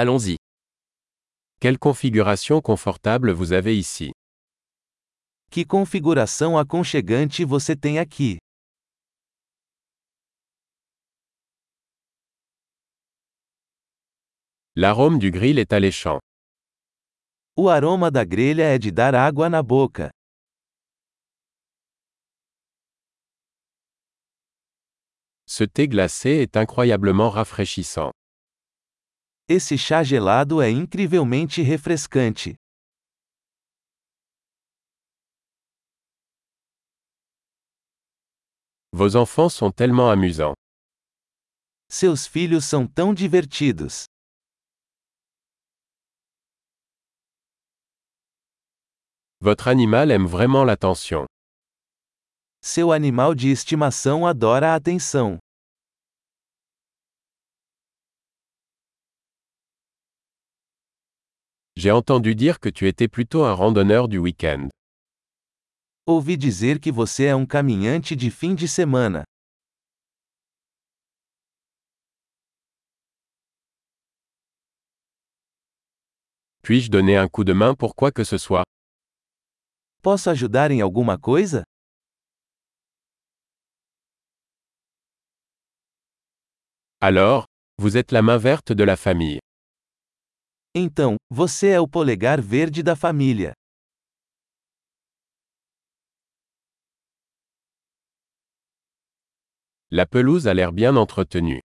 Allons-y. Quelle configuration confortable vous avez ici. Que configuração aconchegante você tem aqui. L'arôme du grill est alléchant. O aroma da grelha é de dar água na boca. Ce thé glacé est incroyablement rafraîchissant. Esse chá gelado é incrivelmente refrescante. Vos enfants sont tellement amusants. Seus filhos são tão divertidos. Votre animal aime vraiment l'attention. Seu animal de estimação adora a atenção. J'ai entendu dire que tu étais plutôt un randonneur du week-end. Ouvi dizer que você é um caminhante de fim de semana. Puis-je donner un coup de main pour quoi que ce soit Posso ajudar em alguma coisa? Alors, vous êtes la main verte de la famille. Então, você é o polegar verde da família. La pelouse a l'air bien entretenue.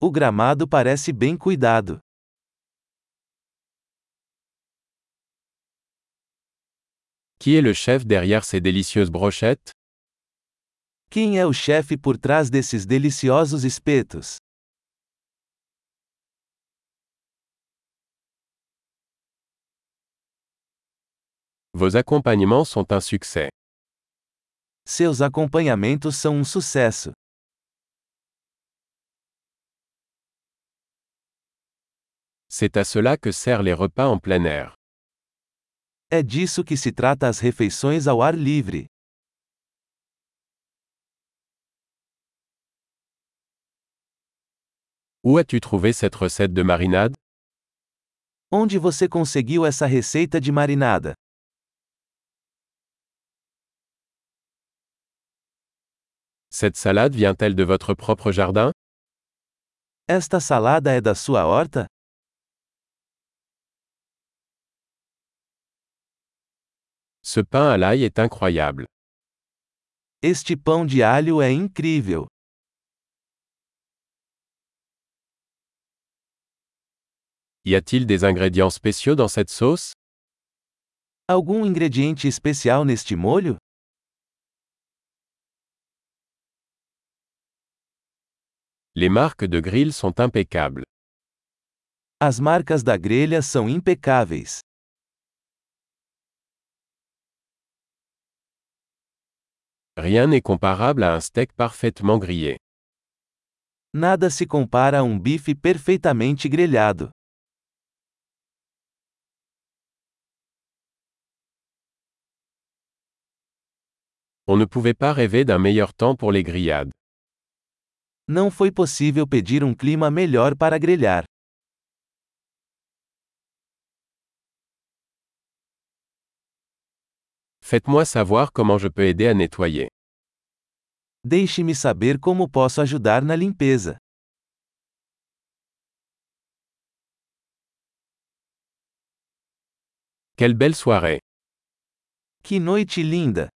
O gramado parece bem cuidado. Qui est le chef derrière ces délicieuses brochettes Quem é o chefe por trás desses deliciosos espetos? Vos accompagnements sont un succès. Seus acompanhamentos são um sucesso. C'est à cela que servent les repas en plein air. É disso que se trata as refeições ao ar livre. Où as-tu trouvé cette recette de marinade Onde você conseguiu essa receita de marinada? Cette salade vient-elle de votre propre jardin Esta salada é da sua horta? Ce pain à l'ail est incroyable. Este pão de alho é incrível. Y a-t-il des ingrédients spéciaux dans cette sauce Algum ingrediente especial neste molho? Les marques de grill sont impeccables. As marcas da grelha são impecáveis. Rien n'est comparable à un steak parfaitement grillé. Nada se compara a um bife perfeitamente grelhado. On ne pouvait pas rêver d'un meilleur temps pour les grillades. Não foi possível pedir um clima melhor para grelhar. Faites-moi savoir comment je peux aider à nettoyer. Deixe-me saber como posso ajudar na limpeza. Quelle belle soirée Que noite linda!